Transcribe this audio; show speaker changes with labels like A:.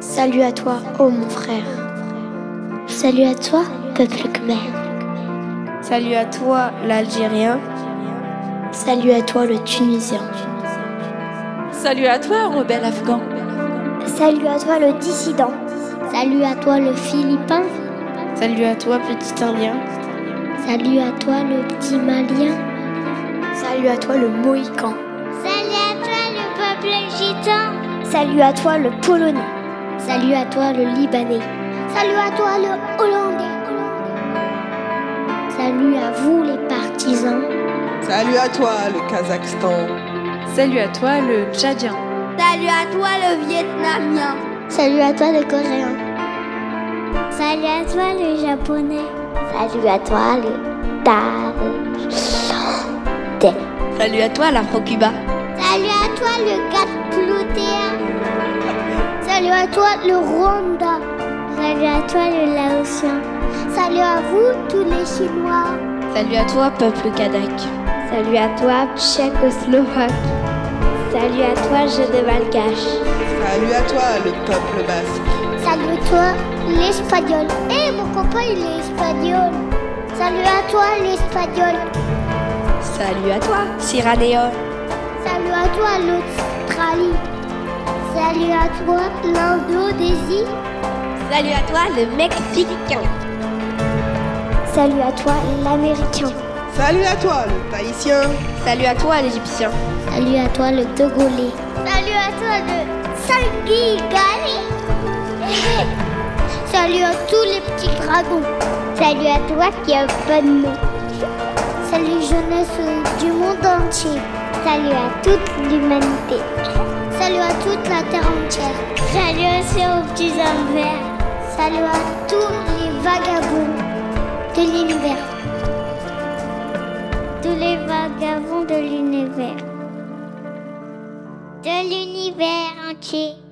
A: Salut à toi, ô mon frère.
B: Salut à toi, peuple khmer.
C: Salut à toi, l'Algérien.
A: Salut à toi, le Tunisien.
D: Salut à toi, rebelle afghan.
E: Salut à toi, le dissident.
F: Salut à toi, le Philippin.
G: Salut à toi, petit Indien.
H: Salut à toi, le petit Malien.
A: Salut à toi, le Mohican.
I: Salut à toi, le peuple gitan.
J: Salut à toi, le Polonais.
K: Salut à toi, le Libanais.
L: Salut à toi, le Hollandais.
M: Salut à vous, les partisans.
N: Salut à toi, le Kazakhstan.
D: Salut à toi, le Tchadien.
O: Salut à toi, le Vietnamien.
P: Salut à toi, le Coréen.
Q: Salut à toi, le Japonais.
R: Salut à toi, le Thaïlandais.
S: Salut à toi, l'Afro-Cuba.
T: Salut à toi, le Gatploutéen.
C: Salut à toi, le Rwanda.
G: Salut à toi, le Laotien.
F: Salut à vous, tous les Chinois.
S: Salut à toi, peuple Kadak.
E: Salut à toi, Tchécoslovaque.
J: Salut à toi, jeune malgache.
N: Salut à toi, le peuple basque.
D: Salut à toi, l'espagnol. Eh, hey, mon copain, il est espagnol.
B: Salut à toi, l'espagnol.
S: Salut à toi, Sierra Leone.
Q: Salut à toi, l'Australie.
M: Salut à toi, l'Indonésie.
N: Salut à toi, le Mexicain.
L: Salut à toi, l'Américain.
N: Salut à toi, le Tahitien.
S: Salut à toi, l'Égyptien.
A: Salut à toi, le Togolais.
H: Salut à toi, le Sanguigari.
I: Salut à tous les petits dragons.
K: Salut à toi qui a pas de nom.
R: Salut jeunesse du monde entier.
T: Salut à toute l'humanité.
S: Salut à toute la terre entière.
P: Salut aussi aux petits envers.
O: Salut à tous les vagabonds de l'univers.
J: Tous les vagabonds de l'univers.
Q: De l'univers entier.